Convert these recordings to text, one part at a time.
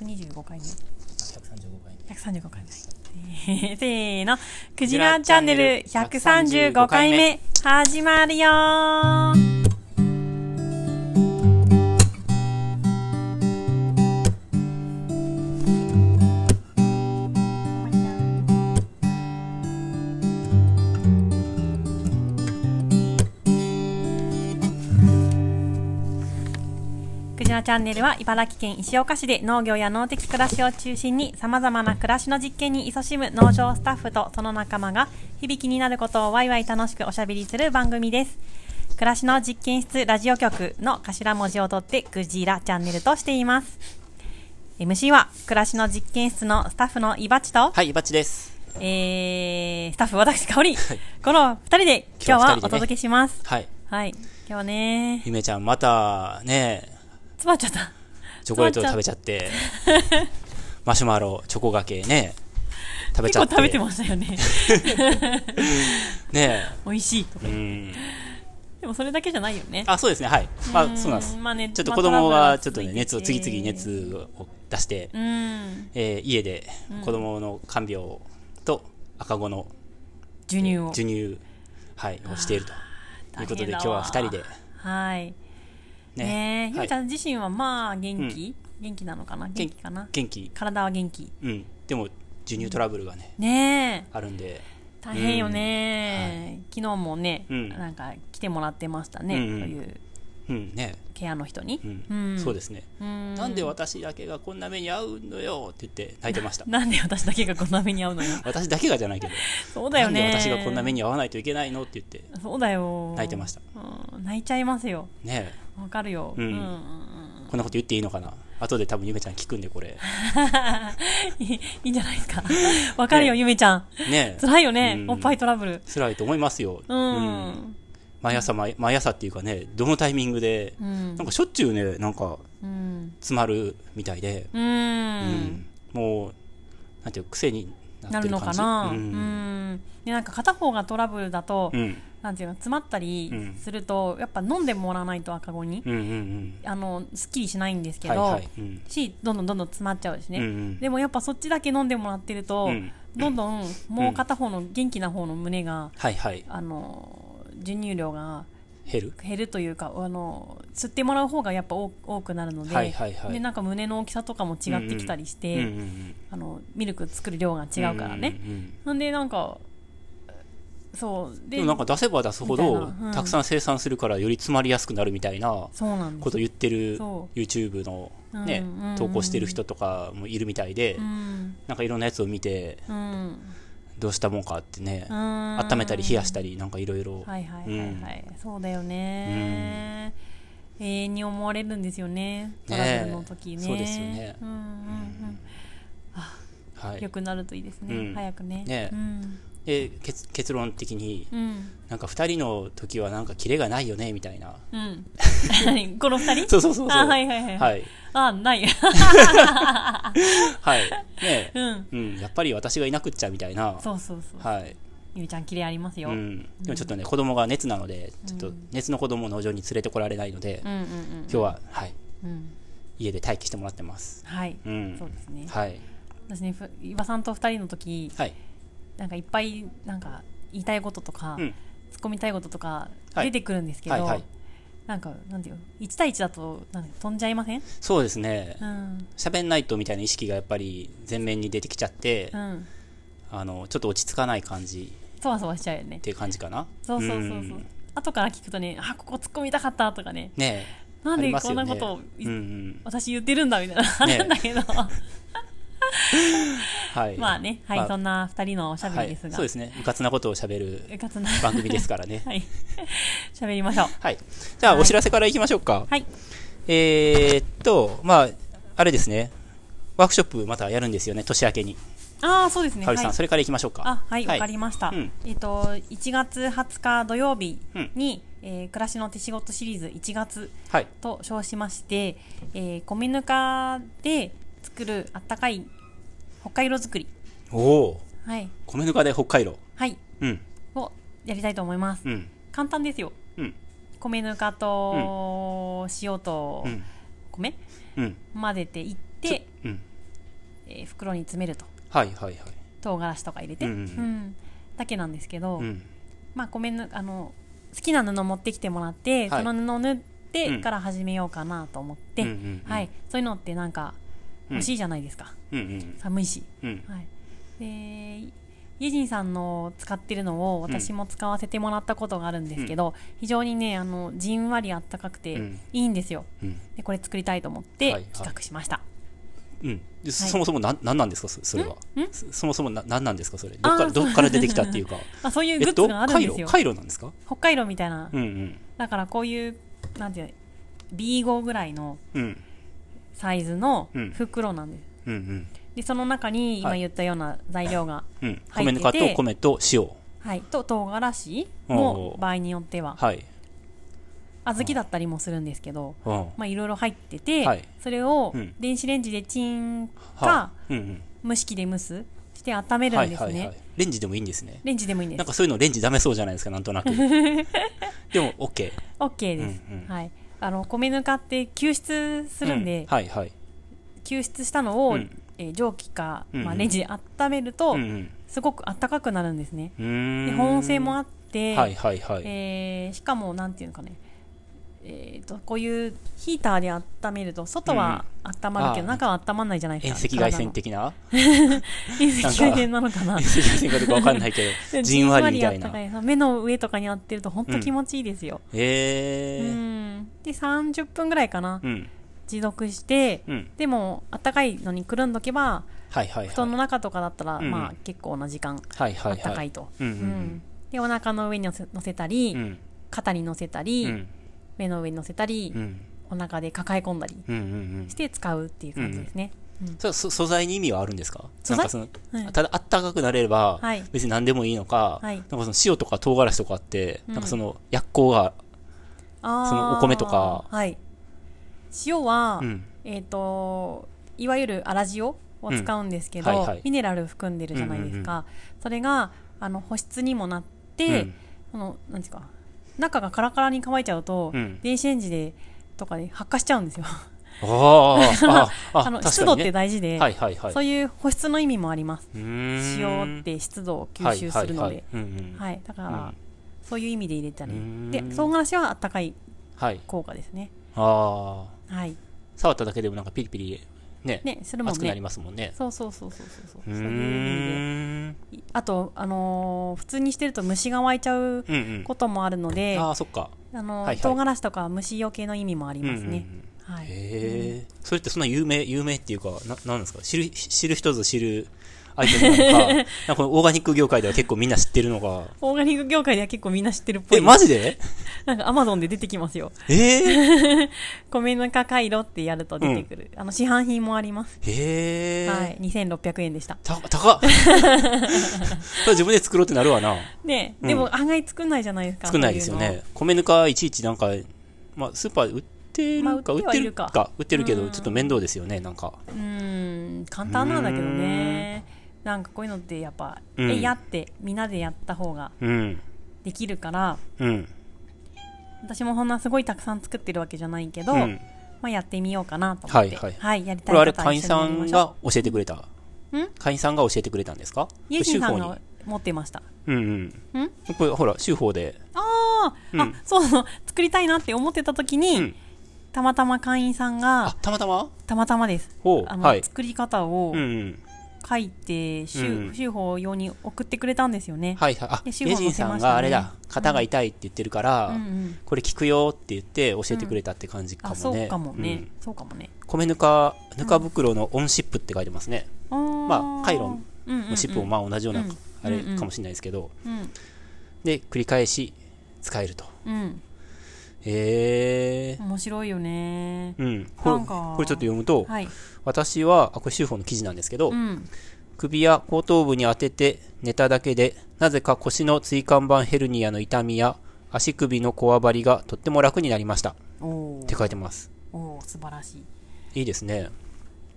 125回目135回135回目、はい、せーの「クジラチャンネル135回目」始まるよークジラチャンネルは茨城県石岡市で農業や農的暮らしを中心に様々な暮らしの実験に勤しむ農場スタッフとその仲間が響きになることをワイワイ楽しくおしゃべりする番組です。暮らしの実験室ラジオ局の頭文字を取ってクジラチャンネルとしています。MC は暮らしの実験室のスタッフのいばちと、はい、イバッチです。えー、スタッフ私香織、この二人で今日はお届けします。はい。はい。今日ね、ゆめちゃん、また、ね、つまっちゃった。チョコレートを食べちゃって、 マシュマロ、チョコがけね、食べ結ちゃ構って。食べてましたよね。 ね美味しいとかう。ん。でもそれだけじゃないよね。あ、そうですね、はい。うあ、んそうなんです。まあねちょっと子供まあが、トちょっとラブね、ルが熱を、続い次て々熱を出して、うん。えー家で、子供の看病と赤子の授乳を。授乳、はい、をしていると。ということで、今日は二人で、はい。ねえ、ねゆはめいちゃん自身はまあ元気元気なのかな元気かな元気。体は元気。うん。でも、授乳トラブルがね、ねえ、あるんで、大変よね。昨日もね、うんなんか来てもらってましたね。うそうんうんいううん、ねケアの人にう。ん、うんそうですね、うんなんで私だけがこんな目に遭うのよって言って泣いてましたなんで私だけがこんな目に遭うの よ。私だけがじゃないけど、そうだなよんでね。私がこんな目に遭わないといけないのって言ってそうだよ。泣いてましたうん。泣いちゃいますよ。ねわかるよ。うんうんうん うんえこんなこと言っていいのかな後で多分ゆめちゃん聞くんでこ れいいいいんじゃないですか。わかるよ、ねゆめちゃん。ねえ辛いよね、うんおっぱいトラブル。辛いと思いますよ、うん。毎朝毎毎朝っていうかねどのタイミングで、うんなんかしょっちゅうねなんかうん。詰まるみたいで、う。うんもうなんていうか癖にななってるのる感かじな。ううんん。で、なんか片方がトラブルだとう、んなんていうの、詰まったうりんすると、やっぱ飲んでもらわないと赤子に、うんうんうんあの、すっきりしないんですけはいはどい、うんし、どんどんどんどん詰まっちゃうしうんうね。んでもやっぱそっちだけ飲んでもらってるとうん、どんどんもう片方の元気な方の胸が、はいはいあの、授乳量が減る減るというかあの吸ってもらう方がやっぱ多多くなるので,、はいはいはいでなんか胸の大きさとかも違ってきたりして、うんうんうんあのミルク作る量が違うからね、うんうんうんなんでなんかそうででもなんか出せば出すみほどたいなうんたくさん生産するからより詰まりやすくなるみたいなこそうなんですと言ってるそ YouTube のうんねうんうんうん投稿してる人とかもいるみたいでうんなんかいろんなやつを見てうんどうしたもんかってね温温めたり冷やしたりなんかいろいろはいはいはいはい、そうだよね、永遠に思われるんですよねトラブルの時ねそうですよねうんうんうんは良いくなるといいですね、うん早くねねうんで結結論的にうんなんか2人の時はなんかキレがないよねみたいな うん。何この二人そうそうそうそうあ、はいはいはい。はいあ、ない。はい ねうん。うんやっぱり私がいなくっちゃみたいなそうそうそう。はいゆうちゃん、キレありますよ。ううんん、でもちょっとね、子供が熱なので、ちょっと熱の子供を農場に連れてこられないので、うん今日は、はい、うん。うん。家で待機してもらってます。はい。うん、そうですね。はい、私ね、ふ伊庭さんと二人の時、はい、なんかいっぱい、なんか、言いたいこととか、うん突っ込みたいこととか、はい出てくるんですけはい、どはい、、なんか、なんていうの、一対一だと、なんか飛んじゃいませんそうですねう。ん。喋んないとみたいな意識がやっぱり前面に出てきちゃってう、ん。あの、ちょっと落ち着かない感じそわそわしちゃうよねっ。ていう感じかな。。そうそうそうそううん後から聞くとね、あ、ここ突っ込みたかったとかね、ねえ、なんありでますこんよねなことをうん、うん、私言ってるんだみたい な、あねるんだけ どはい。まあねはい、まあそんな二人のおしゃべりですはいが、そうですね。うかつなことを喋るうかつな。番組ですからね はい喋りましょうはい。じゃあ、お知らせからいきましょうか。はいえーっと、まあ、あれですね、ワークショップまたやるんですよね、年明けに。ああそうですねかおりさん、はいそれから行きましょうか。あはいわ、かりまました、うんえっ、と1月20日土曜日に、えー暮らしの手仕事シリーズ1月す。はい。と称しまして、えー、米ぬかで作るあったかい北海道作りおおー、はい米ぬかで北海道。はいうん、をやりたいと思います、うん、簡単ですようん、米ぬかと塩とうん、米、うん、混ぜていってうん。えー袋に詰めるとはいはいはい。唐辛子とか入れて、うんうんうんだけなんですけど、うん。まあ米ぬあの好きな布持ってきてもらって、はいその布を縫ってうんから始めようかなと思って、うんうんうんはい、そういうのってなんかうん欲しいじゃないですか、うんうん寒いし、うん。はい、でイジンさんの使ってるのを私も使わせてもらったことがあるんですけど、非常にねあのじんわりあったかくてうんいいんですよ、うん。でこれ作りたいと思っはていはい企画しました、うん。でそもそもなんなんなんですかそそれはんん。そそもそもななんなんですかそれ。どっかあらーどっから出てきたっていうか。あ、そういう グえッっとズがあるんカイでロすよ、カイロなんですか。北海道みたいな、うんだからこういうなんていうの B5 ぐらいのうんうんサイズのうん袋なんです、うんうんでその中に今はい言ったような材料が、うん。入ってて米ぬかと米と塩。はい、と唐辛子おうおもう場合によってははい。小豆だったりもするんですけどうん。まあいろいろ入ってて、はいそれをうん電子レンジでチンかはうんうん。蒸し器で蒸すして温めるはんいですはいはねい。レンジでもいいんですね。レンジでもいいんでなんすかそういうのレンジダメそうじゃないですかな んとなく。でも OK。 OK です、うんうんはいあの米ぬかって吸湿するんで、うはいはい。吸湿したのを、うんえー蒸気か、うんうんまあ、レンジで温めると、うんうんすごく温かくなるんですねうーん。で保温性もあっあって、はいはいはい。えーしかもなんていうのかねえー、とこういうヒーターで温めると外は温まるけど、あー中は温まらないじゃないで遠す赤か外線的な体 の遠赤外線なのかな 遠赤外線かどうかわかんな いけど、じんわりみたいじんなわ。りあったかい目の上とかに当てると本当気持ちいいですよ、えうんー。で30分ぐらいかな、うん。持続して、うん。でも暖かいのにくるんどけばはいはい布は団い。の中とかだったら、うんまあ、結構な時間はいはい暖かはいい。と、うんうんうんでお腹の上に乗せ乗せたり、うん。肩に乗せたうり、ん。目の上に乗せたり、うん。お腹で抱え込んだりうんうんうんし。て使うっていう感じですね、うんそそ素材に意味はあるんですか素材なんかその、はいただあったかくなれればはい、別に何でもいいのか、はいなんかその塩とか唐辛子とかって、うんなんかその薬効が、あーそのお米とかはい塩は、うん。えっ、といわゆる粗塩を使うんですけど、うんはいはいミネラル含んでるじゃないですか、それがあの保湿にもなっうて、 んあのなんていうか中がカラカラに乾いちゃうと、うん電子レンジでとかで発火しちゃうんですよあーあ、あ、 あの確湿か度っにてね。大事で、はいはいはい。そういう保湿の意味もあります塩塩って湿度を吸収するので、はいはいはいうんうんはいだから、うんそういう意味で入れたり、うーんで唐辛子はあったかいはい効果ですねああはい触っただけでもなんかピリピリねねするもん熱くなねりますもんねそうそうそうそうそうそううーそういう意味でんあと、あのー普通にしてると虫が湧いちゃううんうんこともあるので、ああそっかあのーはいはい唐辛子とか虫よけの意味もありうんうまんすうね。んはい、へえそれってそんな有名有名っていうかななんですか知る知る人ぞ 知るアイテムなのかなんかこのオーガニック業界では結構みんな知ってるのがオーガニック業界では結構みんな知ってるっぽいえマジでなんかアマゾンで出てきますよ。 ええ米ぬか回路ってやると出てくる。あの市販品もあります。へえはい、2600円でした。た高っ それ自分で作ろうってな るわなね、うんでも案外作んないじゃないですか。作んないですよね。米ぬかいちいちなんか、まあ、スーパーで売ってまあるか、売売ってっはいてるるかか、売ってるけうど、んちょっと面倒ですよね、なんか。そういうのうーん、簡単なんだけどね。なんかこういうのってやっぱ、うんえ、やって、みんなでやった方がうん。できるから、うん。私もそんなすごいたくさん作ってるわけじゃないけど、うんまあやってみようかなと思って。はいはいやりたこいれあこれ、とは会員一緒にさやりまんしょが教えてくれた。ん会員さんが教えてくれたんですかう。イエジンさんこれが持ってました。州法に。うんんうん。これ、ほら、州法で。あー、うんあ、そうそう、作りたいなって思ってた時に、うんたまたま会員さんあが、、たまたまたまたまです。ほう。あの、はい。作り方をうんうん。書いて、しうんうゅん州法用に送ってくれたんですよね。はいはい。あ、でエ州法載せジンさまんしたねがあれだ、肩が痛いって言ってるからうん、うん。これ聞くよって言って教えてくれたって感じかあ、もね。そうかもうねん。。そうかもね。米ぬか、ぬか袋のオンシップって書いてますね。あーまあカイロンうんうんうんまあシップもまあ同じようなうんあれかもしれないですけど、うん。で繰り返し使えるとうん。へえ面白いよね。うんこれなんかこれちょっと読むと、はい。私はあこれ修法の記事なんですけど、うん。首や後頭部に当てて寝ただけでなぜか腰の椎間板ヘルニアの痛みや足首のこわばりがとっても楽になりましたっおーて書いてますおー素晴らしいいいですね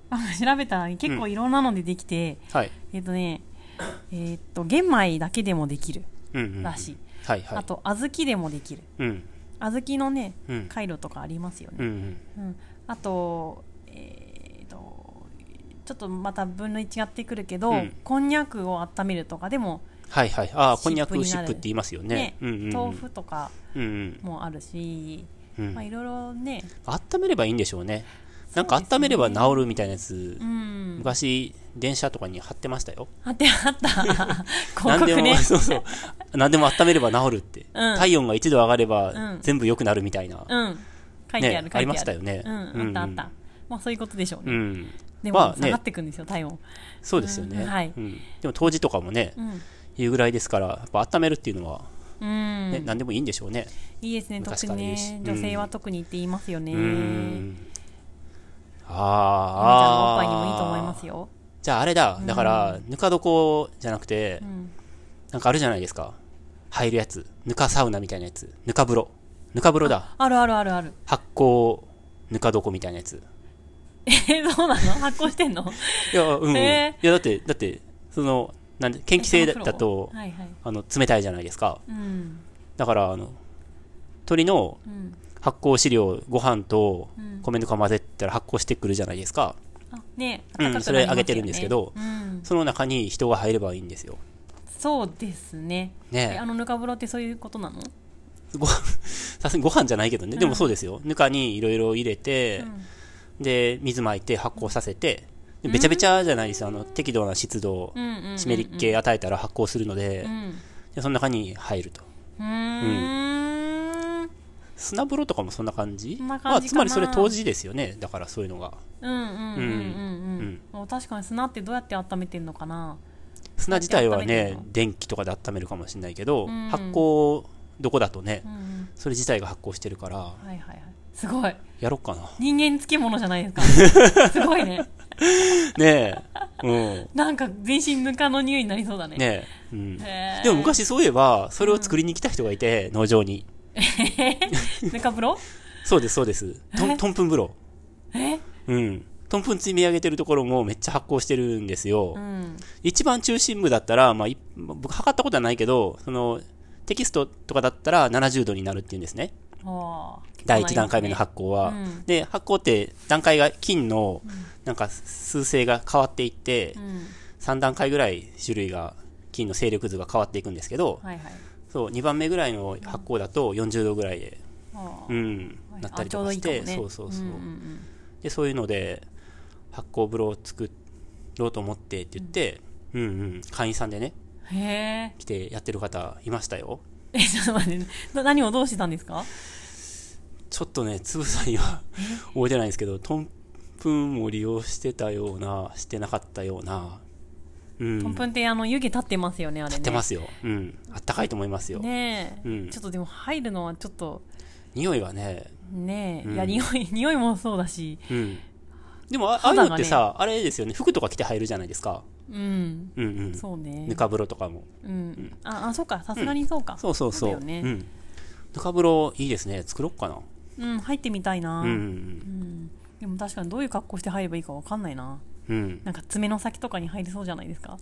あ調べたら結構いろんなのでできて、はいえっ、とねえーっと玄米だけでもできるうんうんらしい、はいあはいと小豆でもできるうん小豆のねうん回路とかありますようね、んうんあとえーっとちょっとまた分類違ってくるけど、うんこんにゃくを温めるとかでも、はいはいああこんにゃシップにくなるシップって言いますよねねうんうんうん豆腐とかうんうんもあるし、うんまあいろいろね、温めればいいんでしょうねなんか温めれば治るみたいなやつ、うん、昔電車とかに貼ってましたよあってあ った。広何で告も、ね。そうそう何でも温めれば治るって、うん体温が一度上がれうばん全部良くなるみたいな、うん。書いてある、ね書いてある。ありましたよねうん、あったあった。まあそういうことでしょうね。うんでもまあね下がってくんですよ、体温。そうですよね、うんはいうんでも当時とかもね、うん。いうぐらいですからやっぱ温めるっていうのは、うん。ね何でもいいんでしょうねいいですね、特昔にから言うしねう。ん女性は特にって言いますよね。ううん。んちゃんのおあっぱーあいにもいいと思いーますよ。じゃああれだだから、ぬか床じゃなくて、うん。なんかあるじゃないですか入るやつぬかサウナみたいなやつぬか風呂ぬか風呂だあるあるあるある。 発酵ぬか床みたいなやつえ、そうなの発酵してんのいやうん、えいやだってだってそのなんで研気性だえそのだと黒はいはい。あの冷たいじゃないですかうん。だからあの鳥のうん。発酵飼料ご飯とうん米ぬか混ぜたら発酵してくるじゃないですか、あ、ねうん暖かくなりますよねそれあげてるんですけどうん。その中に人が入ればいいんですよそうですね。えねあのぬか風呂ってそういうことなのごさすがにご飯じゃないけどね、でもそうですよぬかにいろいろ入れて、で水撒いて発酵させてでべちゃべちゃじゃないですよあの適度な湿度、うんうんうんうん。湿り気与えたら発酵するので,、うん。でその中に入るとうーん。砂風呂とかもそんな感じそんな感じかなまあ、つまりそれ当時ですよねだからそういうのがうんうんうんうんうん、もう確かに砂ってどうやって温めてんのかな砂自体はだって温めてねるの電気とかで温めるかもしれないけど、うん発酵どこだとねうんうんそれ自体が発酵してるからはいはいはいすごいやろ っかな人間つきものじゃないです かすごいねねえうんなんか全身ぬかの匂いになりそうだねねえ、うん、へーでも昔そういえばそれを作りに来た人がいて、農場にぬか風呂そうですそうですとんとんぷん風呂えうんとんぷん積み上げてるところもめっちゃ発酵してるんですよ、うん一番中心部だったら、まあ、い僕測ったことはないけどそのテキストとかだったら70度になるっていうんですねあー第1段階目の結発酵は、うんで発酵って段階が菌のなんか数性が変わっていって、構ないですね3段階ぐらい種類が菌の勢力図が変わっていくんですけど、うんはいはいそう2番目ぐらいの発酵だと40度ぐらいで、あうーん、なったりとかしてあちょうどいいかもねそうそうそう、んんんでそういうので発酵風呂を作ろうと思ってって言って、うんうん、会員さんでねへー 来てやってる方いましたよえちょっと待ってな何をどうしてたんですかちょっとねつぶさには覚えてないんですけどトンプンも利用してたようなしてなかったようなうんトンプンってあの湯気立ってますよねあれね立ってますよ、うんあったかいと思いますよ、ねえ、うんちょっとでも入るのはちょっと匂いはねねえ、うんいや匂い 匂いもそうだしうんでもあ,、ああいう肌がねのってさあれですよね服とか着て入るじゃないですかうんうんうんそうねぬか風呂とかもうん、ああそうかさすがにそうか、そうそうそうそうだよねん、ぬか風呂いいですね作ろっかなうん入ってみたいな、うんうんでも確かにどういう格好して入ればいいかわかんないなうんうんなんか爪の先とかに入りそうじゃないです か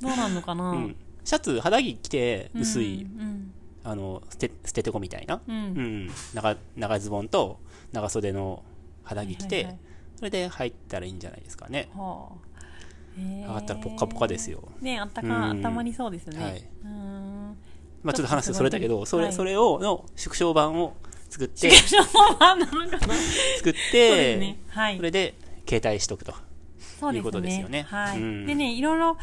どうなんのかな、ううんんシャツ肌着着て薄い、うんあの捨て捨ててこみたいなうん、うんうん、長長ズボンと長袖の肌着着て、はいはいそれで入ったらいいんじゃないですかね、はあへえ上がったらポッカポカですよ、ねあったか、うん温まりそうですね、はい、うんまあ、ちょっと話がそれたけどちょそっとすごいれ,、はいそれをの縮小版を 作って中小版なのかな作っそうでてすね。はい。それで携帯しとくとそういうことですよねはい。うんでね、いろいろ、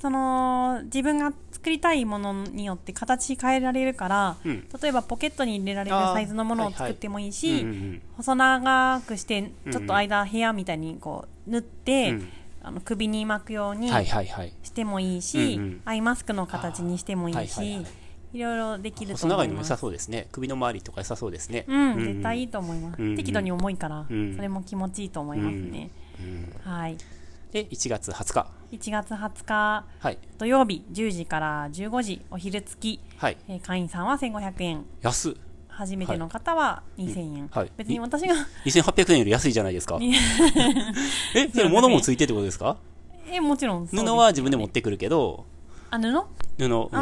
その、自分が作りたいものによって形変えられるから、うん例えばポケットに入れられるあーサイズのものをはいはい作ってもいいし、うんうん細長くして、ちょっうんと間、部屋みたいにこう、縫っうて、んあの首に巻くよううにん、はいはいはいしてもいいし、うんうんアイマスクの形にしてもいいし、あーいはいはいはろいろできると細思長いいのまも良すさ。そうですね首の周りとか良さそうですねうん、絶対いいと思います。うんうん適度に重いから、うんそれも気持ちいいと思いますね。うんはい。で1月20日1月20日はい土曜日10時から15時お昼付き、はいえー会員さんは1500円安っ初めての方は2000円、はい別に私が 2800円より安いじゃないですか えそれ物もついてってことです かえもちろんそうです布は自分で持ってくるけどあ布、うん布、うんうん、布ま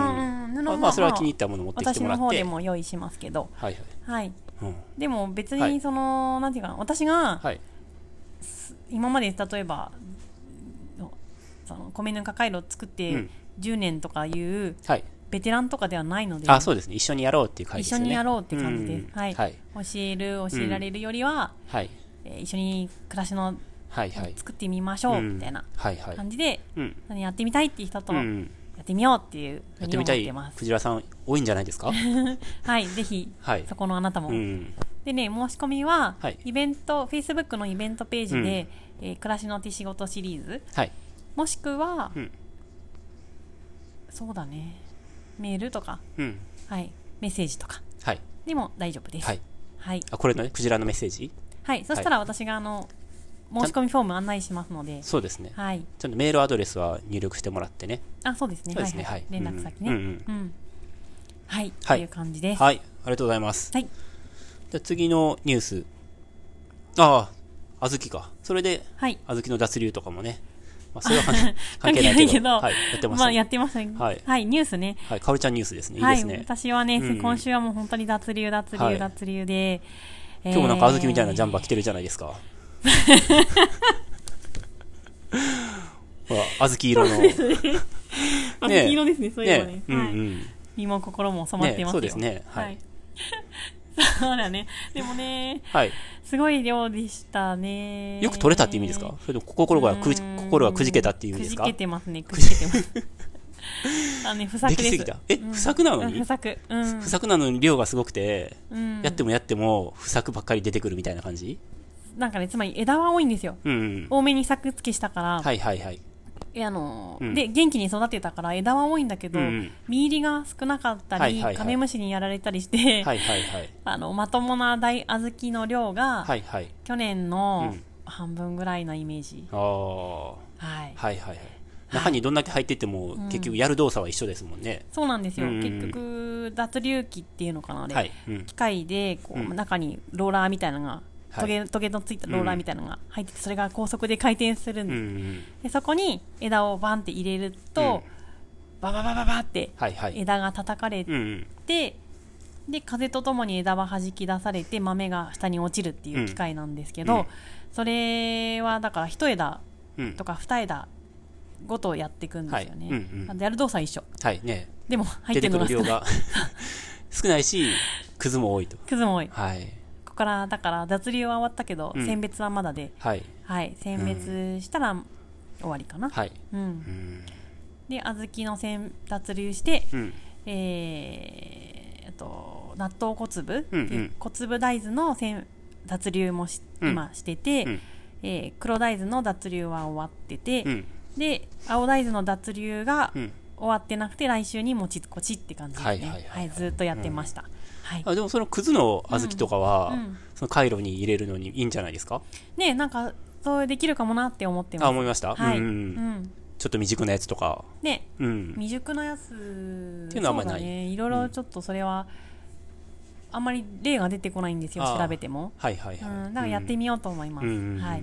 あはまあそれは気に入ったもの持ってきて私もらのっ方でても用意しますけどはいははい、いうんでも別はいにその、なんていうか私がはいす今まで例えばのその米ぬか回路を作っうてん10年とかいうはい。ベテランとかではないので、あ、そうですね。一緒にやろうっていう会です一緒よね。にやろうって感じで、うんはいはい。教える教えられるよりは、はい。えー一緒に暮らしのはい。はい。作ってみましょう、うんみたいなはい。はい。感じで、うん。何やってみたいっていう人とうやん。ってみようっていうふうやっにてみ思ったいてます。クジラさん多いんじゃないで すかはい、ぜひはいそ。このあなたも、うん。でね、申し込みは、はいイベント、Facebook のイベントページで、えー暮らしの手仕事シリーズ、はい。もしくは、うんそうだね、メールとか、うん。はい、メッセージとかはい。でも大丈夫です。はい。はい。あ、これのね、クジラのメッセージはいそしたら私が、あの、申し込みフォーム案内しますので、そうですね。はい。ちょっとメールアドレスは入力してもらってね。あ、そうですね。そうですねはい、はい連絡先ね。ううんん、うんはい、はいという感じです。はい。ありがとうございます。はい。じゃあ次のニュース。ああ、小豆か。それで、はい。小豆の脱流とかもね。まあ、それは関関係ないけど。はい。やってました、あやってましたね。はいニュースね。はい。かおりちゃんニュースですね。いいですね。はい、私はね、うん今週はもう本当に脱流、脱流、はい脱流で、今日もなんか小豆みたいなジャンババー着てるじゃないですか。 ほら、小豆色の。ねー。 ねね、黄色ですね、そういうのね。うんうはいん。身も心も染まってねますよ。そうですね。ははい い。。そうだね。でもね、はい。すごい量でしたね。よく取れたって意味ですかそれとも心がくじ、うん心がくじけたっていう意味ですかくじけてますね、くじけて ます。あのね、不作でできす。すぎた。え、うん不作なのうんに不作。うん不。作なのに量がすごくて、うんやってもやっても不作ばっかり出てくるみたいな感じなんかね、つまり枝は多いんですよ。うん。多めに作付けしたから、はいはいはい。えあのーうんで、元気に育てたから枝は多いんだけど、うんうん実入りが少なかったり、はいはいはいカメムシにやられたりして、はいはいはい。 あの、まともな大小豆の量が、はいはい。去年のうん半分ぐらいのイメージ。ああ。ははいい。はいはい。中にどんだけ入ってても、結局やる動作は一緒ですもんね。そうなんですよ。うんうん結局、脱流器っていうのかな、あれ。はい。うん機。械でこう、うん中にローラーみたいなのが、はいトゲトゲのついたローラーみたいなのが入ってて、それが高速で回転するんうです、ん。でそこに枝をバンって入れると、バババババってはいはい。枝が叩かれうて、ん。で風とともに枝は弾き出されて豆が下に落ちるっていう機械なんですけど、うんうんそれはだから一枝うんと。か二枝ごとやっていくんですよね、はいうんうんなんでやる動作は一緒はいね。でも入っ出ててるくのるが少量ないが 少ないし、クズも多いと。クズも多いこはい。こからだから脱流は終わったけど、うん選別はまだではい。はい、選別したら終わりかな。はい。うんう、ん。で、小豆の選脱流して、うん。えー、あと納豆小粒、うんうんっていう小粒大豆の選脱流もし、うん今してて、うんえー黒大豆の脱流は終わってて、うん。で、青大豆の脱流がうん。終わってなくて、来週にもちこちって感じですね。はいはいはいはいずっとやってました。はい。あでもそのクズの小豆とかは、うんうんその回路に入れるのにいいんじゃないですかねえなんか、そうできるかもなって思ってます。あ思いました、はい。ううんん、うんうんちょっと未熟なやつとか、ねうん、未熟なやつていうのはあんまりないそうだね、いろいろちょっとそれは、あんまり例が出てこないんですよあー調べても、はいはいうん、だはい、からやってみようと思います、うんうんはい、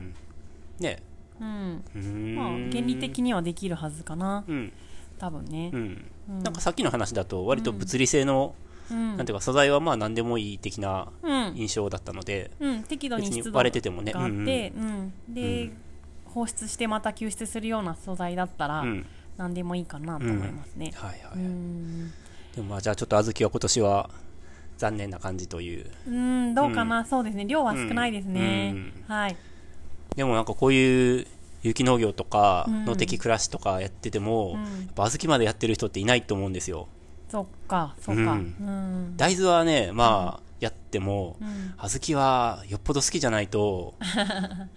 ねうんうんまあ、原理的にはできるはずかなうん多分ねう、んうんなんかさっきの話だと割と物理性の、うんなんていうか素材はまあ何でもいい的なうん印象だったので、うん、適度に別に湿度があ割っれてててもねうんで、放出してまた救出するような素材だったら、うん何でもいいかなと思いますね、はいはい、うんでもまあじゃあちょっと小豆は今年は残念な感じといううんどうかな、そうですね量は少ないですね、うんはいでもなんかこういう有機農業とか農的暮らしとかやってても、うんやっぱ小豆までやってる人っていないと思うんですよそっか、そっか。ううんん。大豆はねまあやっても、うん小豆はよっぽど好きじゃない と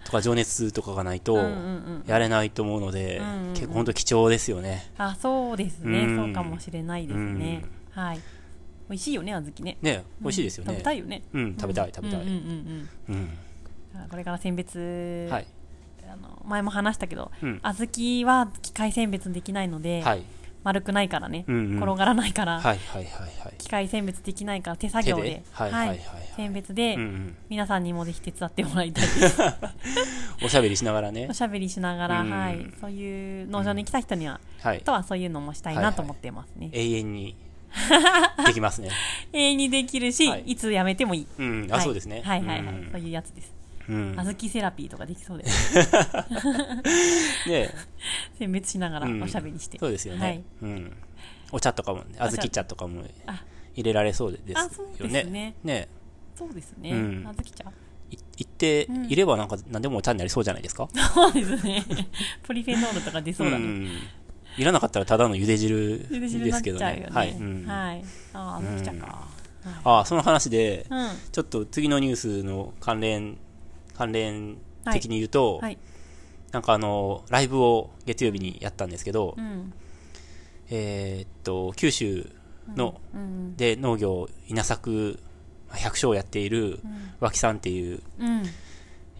とか情熱とかがないとうんうんうんやれないと思うので、うんうんうん結構本当貴重ですよねあ、そうですね、うんそうかもしれないですね。はい。美味しいよね、小豆ね。ね美味しいですよ食ねべたいよね。うん食べたい食べたい、うんうんうんうんうん。これから選別、はいあの前も話したけど、うん小豆は機械選別できないので、はい丸くないからね、うんうん転がらないから、はいはいはいはい機械選別できないから手作業で手ではいはいはいはい選別で、うんうん皆さんにもぜひ手伝ってもらいたい おしゃべりしながらねおしゃべりしながら、うんはい、そういう農場に来た人には、はいとはそういうのもしたいなと思ってますね、永遠 にできますね永遠にできるし、はいい、つやめてもいい、うんあ、はいそうですねはいはいはい、うんそういうやつですうん小。豆セラピーとかできそう です。で、選別しながらうんおしゃべりして。そうですよね。はいうん。お茶とかもね、茶小豆茶とかもあ入れられそうですよね。あそうですねねそうですね。うんあずきちゃん。 い行って、いればなんか何でもお茶になりそうじゃないですか。そうですね。 ポリフェノールとか出そうだね。ん。いらなかったらただの茹で汁ゆで汁にでなっすちけゃどうよねね。。はい。うんはい。ああ、あずきちゃんか。ああ、その話で、うん。ちょっと次のニュースの関連、関連的に言うと、はい。なんかあの、ライブを月曜日にやったんですけど、うん。えーっと、九州の、うん。で農業稲作百姓をやっている脇さんっていううん。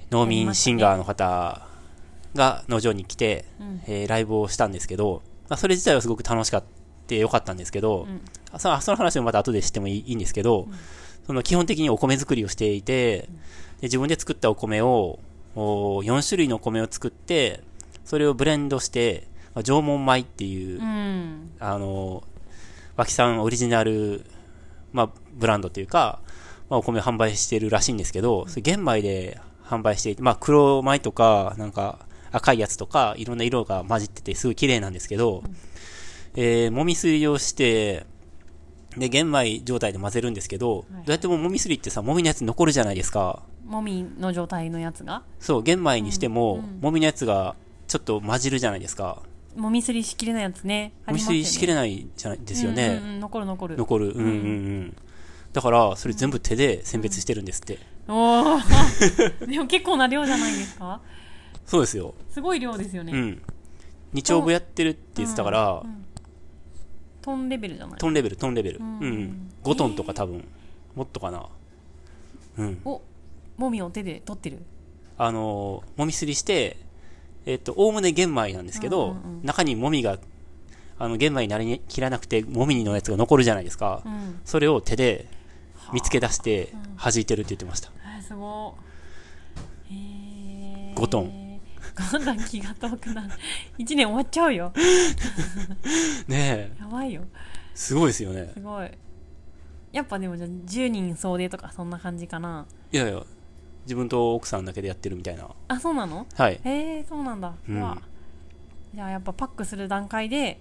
農民シンガーの方が農場に来て、うんえーライブをしたんですけど、まあ、それ自体はすごく楽しかった。よかったんですけど、んあそその話もまた後で知ってもいいいいんですけど、その基本的にお米作りをしていて、で自分で作ったお米をお4種類のお米を作ってそれをブレンドして、まあ、縄文米っていう、うん。あの、脇さんオリジナル、まあ、ブランドというか、まあ、お米を販売してるらしいんですけど、それ玄米で販売していて、まあ、黒米とか、なんか、赤いやつとか、いろんな色が混じってて、すごい綺麗なんですけど、えー、もみすりをして、で、玄米状態で混ぜるんですけど、いはいどうやってももみすりってさ、もみのやつ残るじゃないですか。もみの状態のやつが、そう、玄米にしても、もみのやつが、ちょっと混じるじゃないですか。もみすりしきれないやつね。あもみますすよねりしきれないじゃないですよね。うんうんうん残る残る。残るうんうんうんだからそれ全部手で選別してるんですって、おー でも結構な量じゃないですかそうですよ、すごい量ですよね。うん2丁分やってるって言ってたから、トンレベルじゃないトンレベルトンレベルうん、うん5トンとか多分、もっとかなうんおもみを手で取ってる。あのーもみすりしてえっ、とおおむね玄米なんですけうんど、うんうん中にもみがあの玄米になりに切らなくてもみのやつが残るじゃないですか、うん。それを手で見つけ出して弾いてるって言ってました、あーすごい。へー五ト。 5トン気が遠くなる。1年終わっちゃうよ。ねやばいよ。えすごいですよねすごい。やっぱでもじゃあ10人総出とかそんな感じかな。いやいや自分と奥さんだけでやってるみたいなあ、そうなのはいへえ、そうなんだ。うんうわじゃあやっぱパックする段階で、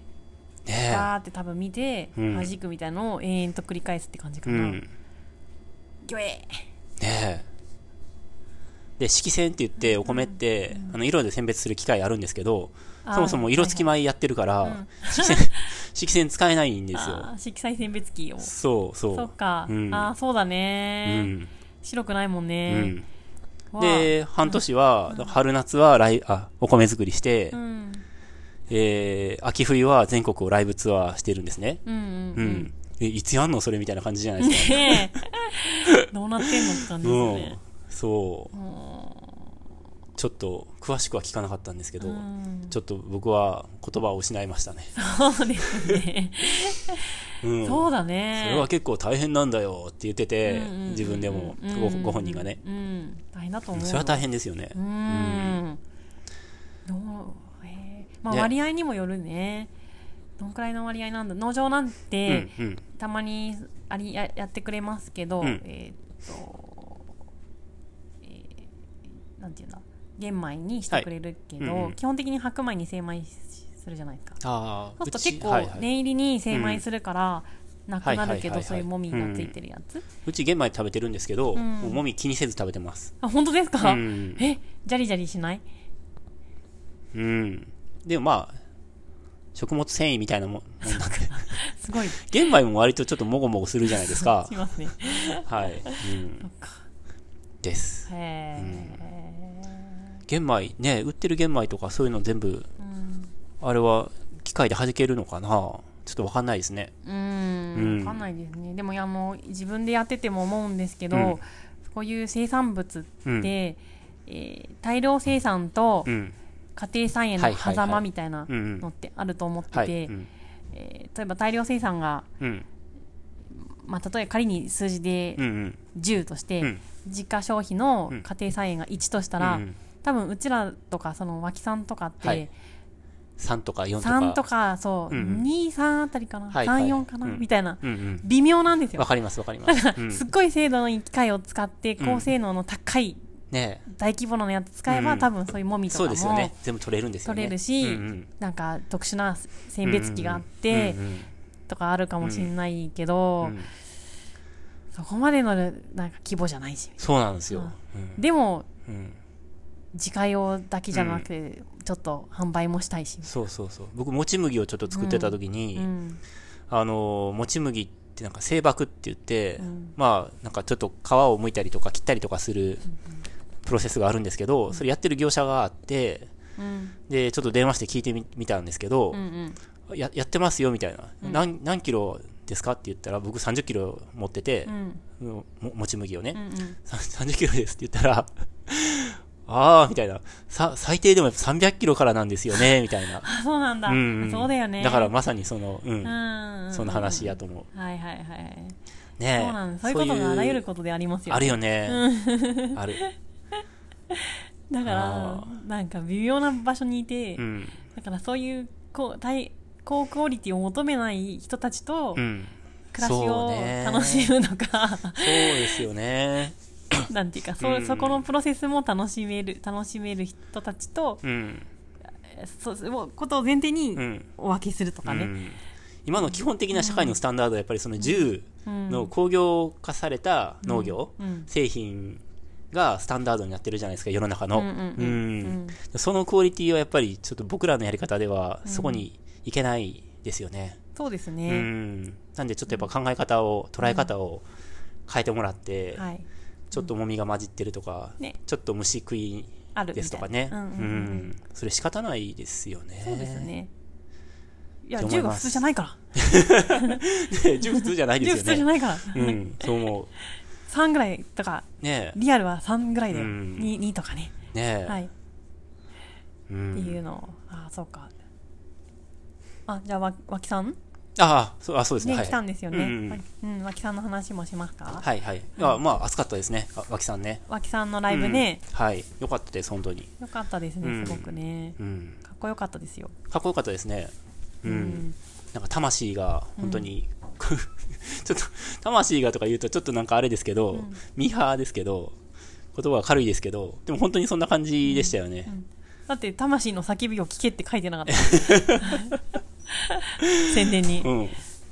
ねバーって多分見て、うん弾くみたいのを永遠と繰り返すって感じえ。かうな。ん。ねギョエえ。で、色線って言って、お米って、あの、色で選別する機械あるんですけど、あーそもそも色付き米やってるから、いはいうん 色線、色線使えないんですあよ。ー色彩選別機を。そそうそう。っか。うんああ、そうだうね、ん。白くないもんうね。ん。わあで、半年は、春夏はライ、あ、お米作りして、うん。えー、秋冬は全国をライブツアーしてるんですね。うんうんう。うんん。え、いつやんのそれみたいな感じじゃないですか。ねえ。どうなってんのって 感じですようんね。。そう。もちょっと、詳しくは聞かなかったんですけうど、うんちょっと僕は言葉を失い ましたね。そうですね。うん。そそうだね。れは結構大変なんだよって言ってて、うんうんうん自分でもうんうんご、うんご本人がね。うん。大変だと思うよ。それは大変ですよね。うん。どうへえまあね割合にもよるね。どんくらいの割合なんだ農場なんうて、ん、うん。たまにありややってくれますけど、うんえーっと、えーなんていうんだ玄米にしてくれるけど、はいうんうん基本的に白米に精米しするじゃないですかあそうすあ、るとうち結構はいはい念入りに精米するから、なくなるけど、はいはいはいはいそういうもみがついてるやつ、うち玄米食べてるんですけど、んもうもみ気にせず食べてます。あ本当ですうか、ん。えじゃりじゃりしないうん。でもまあ、食物繊維みたいなもん。もんなんですごい玄米も割とちょっともごもごするじゃないです かし。ますねはい。うん。です。へえ、玄米、ね、売ってる玄米とかそういうの全部、うんあれは機械で弾けるのかなちょっとわかんないですね。うーうん、んわかんないですね。でもいやあの自分でやってても思うんですけど、うんこういう生産物って、うんえー大量生産とうん。家庭菜園のはいはいはい狭間みたいなうんうんのってあると思ってて、はい。うん。えー例えば大量生産が、うん。まあ、例えば仮に数字でうんうん。 10として、うん自家消費のうん家庭菜園が1としたら、うんうん多分うちらとかその脇さんとかって、はい3とか4とか。 3とかそう、うんうん2、3あたりかな、はいはい3、4かな、うんみたいな、うんうん。微妙なんですよわ。かりますわかります。うんすっごい精度のいい機械を使ってうん高性能の高いね大規模なやつ使えば、うん多分そういうもみとそうかですよもね全部取れるんですよ取ねれるし、うんうんなんか特殊な選別機があって、うんうんとかあるかもしれないけうど、んうんそこまでのなんか規模じゃないしそうなんですよ、うんでもうん自家用だけじゃなくて、ちょっと販売もしたいし、そうそうそう僕もち麦をちょっと作ってた時に、うんあのもち麦ってなんか製箔って言って、うんまあなんかちょっと皮を剥いたりとか切ったりとかするプロセスがあるんですけど、それやってる業者があってうんでちょっと電話して聞いてみみたんですけど、うんうんややってますよみたいな、何何キロですかって言ったら僕3 0キロ持っててう、んももち麦をね、うんうん3 0キロですって言ったら ああみたいなさ最低でもやっぱ300キロからなんですよねみたいな、あそうなんだ、うん んそうだよねだからまさにその、うんうんうんその話やと思うはいはいはいねえそうなんですそういうことがあらゆることでありますよねあるよね、あるだかあらなんか微妙な場所にいて、うんだからそういうこう大高クオリティを求めない人たちとうん暮らしそうをね楽しむのか、そうですよねなんていうかうんそ,、うんそこのプロセスも楽しめる楽しめる人たちとうんそうそうことを前提にうんお分けするとかうね。ん今の基本的な社会のスタンダードはやっぱりその銃うんの工業化された農業、うん製品がスタンダードになってるじゃないですか世の中の、うんうんうんうんそのクオリティはやっぱりちょっと僕らのやり方ではそこにいけないですよね、そうですうんね、なんでちょっとやっぱ考え方を捉え方を変えてもらって、はい、ちょっともみが混じってるとか、ねちょっと虫食いあるみたいなですとかね、うんうんうんうんそれ仕方ないですよね。そうですねいやって思い銃がます普通じゃないからね。銃普通 じゃないで銃普す通 じゃよね。ないからうん、そう思3ぐらいとかう。ねリアルは3ぐらいだよ、うん二2とかね、え、ねえ、はい、っうてん、いうのをああそうかあじゃあわ脇さんああ、そう、あ、そうですね。ね、はい、来たんですようんね、うわんうん、脇さんの話もしますか、はい、はい、あ、まあ、暑かったですね。あ、脇さんね。脇さんのライブね、うんはい、よかったです、本当に。よかったですうんねすごくね、うん、かっこよかったですよ、かっこよかったですね。うん、うんなんか魂が本当に、 ちょっと魂がとか言うとちょっとなんかあれですけど、うんミーハーですけど言葉は軽いですけどでも本当にそんな感じでしたよね、だって「魂の叫びを聞け」って書いてなかった 宣伝に、うん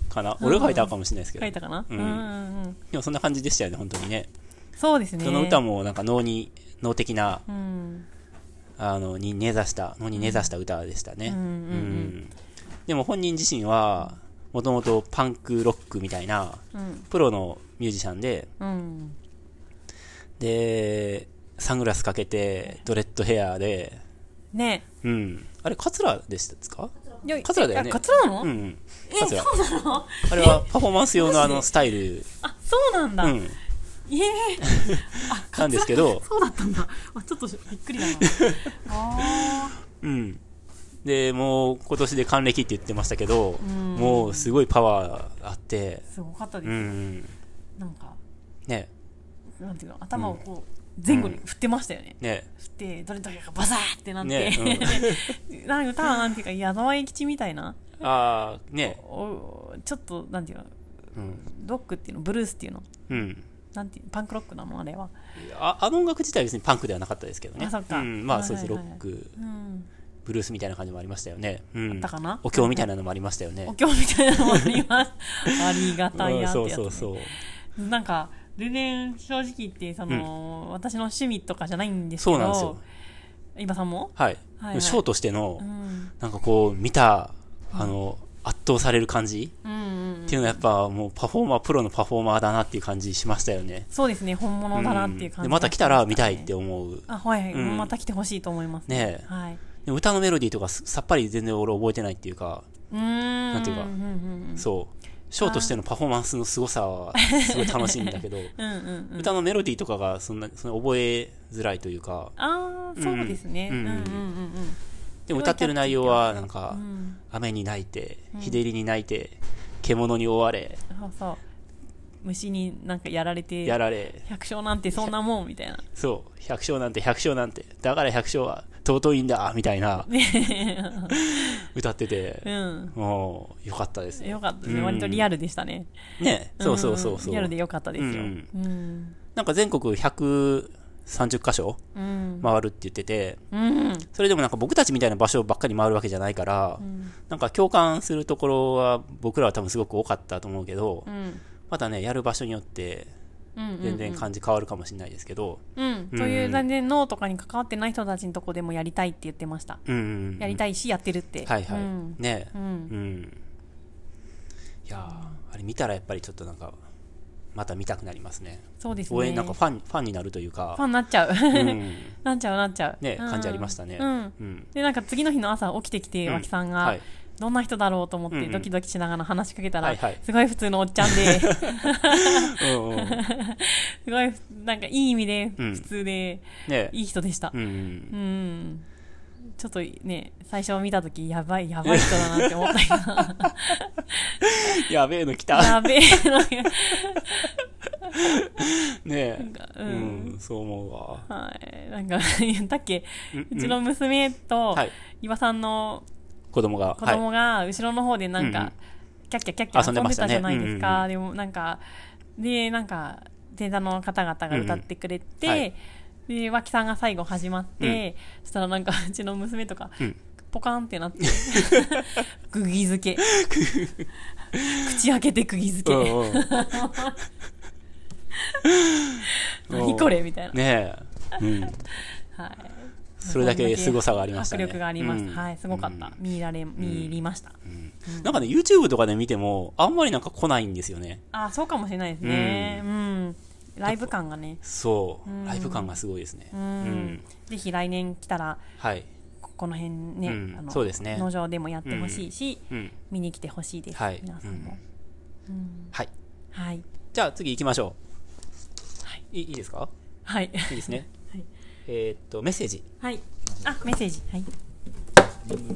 かな俺が書いたかもしれないですけど、書いたかな、ううんん、うんうんでもそんな感じでしたよね本当にねそうですねその歌もなんか脳に脳的なうんあのに根ざした脳に根ざした歌でしたね、うんうんうんでも本人自身はもともとパンクロックみたいなうんプロのミュージシャンでうんでサングラスかけてドレッドヘアでねうんあれカツラでしたですかいやカツラだよねあカツラなの、うんうんカツラそうなのあれはパフォーマンス用のあのスタイルあそうなんだ、うん いえなんですけどそうだったんだあちょっとびっく りだなあうんでもう今年で還暦って言ってましたけどんもうすごいパワーあってーすごかったでうす、んなんかねなんていうの頭をこう前後に振ってましたよね、ね振ってどれどれがバサーってなって、ね なんか歌はなんていうか矢沢永吉みたいなああねおちょっとなんていうのうんロックっていうのブルースっていうのうんなんていうパンクロックなのあれはああの音楽自体は別にパンクではなかったですけどねあそっかうんまあそうですはロいはいはいックうんブルースみたいな感じもありましたよねうんだかなお経みたいなのもありましたよねお経みたいなのもあります ありがたいやってやそつ、うね、そうそうなんか全然正直言ってその、私の趣味とかじゃないんですけそどうなんですよ伊庭さんも、はい、はいはいショーとしての、うん、なんかこう見たあの圧倒される感じうんうんっていうのはやっぱもうパフォーマープロのパフォーマーだなっていう感じしましたよねそうですね本物だなっていう感じがしすね、うんでまた来たら見たいって思うあはいはい、うんまた来てほしいと思いますねえはい、でも歌のメロディーとかすさっぱり全然俺覚えてないっていうか、うーんなんていうかうんうんうんそうショーとしてのパフォーマンスの凄さはすごい楽しいんだけどうんうんうん歌のメロディーとかがそんなそんな覚えづらいというかああそうですね、ううんん、うんうんでも歌ってる内容はなんかうんうん雨に泣いて日照りに泣いて獣に追われそうそう虫になんかやられてやられ百姓なんてそんなもんみたいなそう百姓なんて百姓なんてだから百姓は尊いんだみたいな歌ってて、 うんもうよかったですねよかったですね、割とリアルでしたねねそうそうそうそう、んリアルでよかったですよ、うんうんなんか全国100 30箇所うん回るって言ってて、うんそれでもなんか僕たちみたいな場所ばっかり回るわけじゃないから、なんか共感するところは僕らは多分すごく多かったと思うけど、うんまたね、やる場所によってうん全然感じ変わるかもしれないですけど、うん、うんそういう全然脳とかに関わってない人たちのとこでもやりたいって言ってましたうんうんうん。やりたいしやってるってはいはい。うんねううんん。いやーあれ見たらやっぱりちょっとなんか、また見たくなりますね。そうですね応援なんかフファン、ファンになるというァンか、になっちゃううん、 なっちゃうなっちゃうね、うん感じありましたね。うんうん。でなんか次の日の朝起きてきてうん脇さんはがい。どんな人だろうと思っうんてうんドキドキしながら話しかけたはらいはい。すごい普通のおっちゃんですうんうん。ねごいなんかいい意味でうん普通でいい人でしたうんう。うんんちょっとね最初見た時やばいやばい人だなって思 ったけどやべえの来た。やべえなんかねううんん、そう思うわ。はい、なんか 言ったっけ、うちのん娘とはい。岩さんの子供が。子はい。供が後ろの方でなんうんうかんキャッキャキャッキャ遊遊んでんでまたしたねじゃないですうんうんか。でもなんかでなんか前座の方々が歌ってくれて、うんうんはいで脇さんが最後始まって、そしたらなんか うちの娘とかうん。ポカンって なって釘付け口開けて釘付うけ、んうん。 何これみたいな、ねえ。うん。はい、それだけ凄さがありました迫ね。力がありました、うんはいすごかった、うん見入られ見入りました、なんかね、YouTube とかで見ても、あんまりなんか来ないんですよね。あそうかもしれないですね。うん。ライブ感がね。そううん。ライブ感がすごいですね。う。うんん。ぜひ来年来たら、はい。ここの辺ね、うんあのそうですね農場でもやってほしいし、うん。見に来てほしいです。はい。皆さんも。うんはい。はい。じゃあ次行きましょ。はいういいいですかはい。いいですねはい。えーっと、メッセージ。はい。あ、メッセージ。はい。